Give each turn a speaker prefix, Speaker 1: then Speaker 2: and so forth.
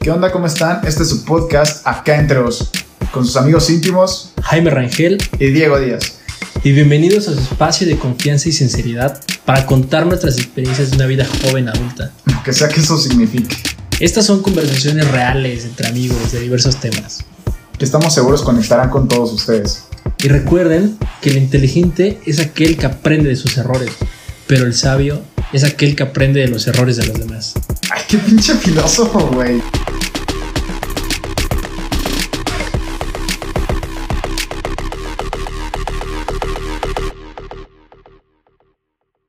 Speaker 1: ¿Qué onda? ¿Cómo están? Este es su podcast Acá Entre Os, con sus amigos íntimos
Speaker 2: Jaime Rangel
Speaker 1: y Diego Díaz.
Speaker 2: y bienvenidos a su espacio de confianza y sinceridad para contar nuestras experiencias de una vida joven adulta.
Speaker 1: Lo que sea que eso signifique.
Speaker 2: Estas son conversaciones reales entre amigos de diversos temas.
Speaker 1: Que estamos seguros conectarán con todos ustedes.
Speaker 2: Y recuerden que el inteligente es aquel que aprende de sus errores, pero el sabio es aquel que aprende de los errores de los demás.
Speaker 1: Ay, qué pinche filósofo, güey.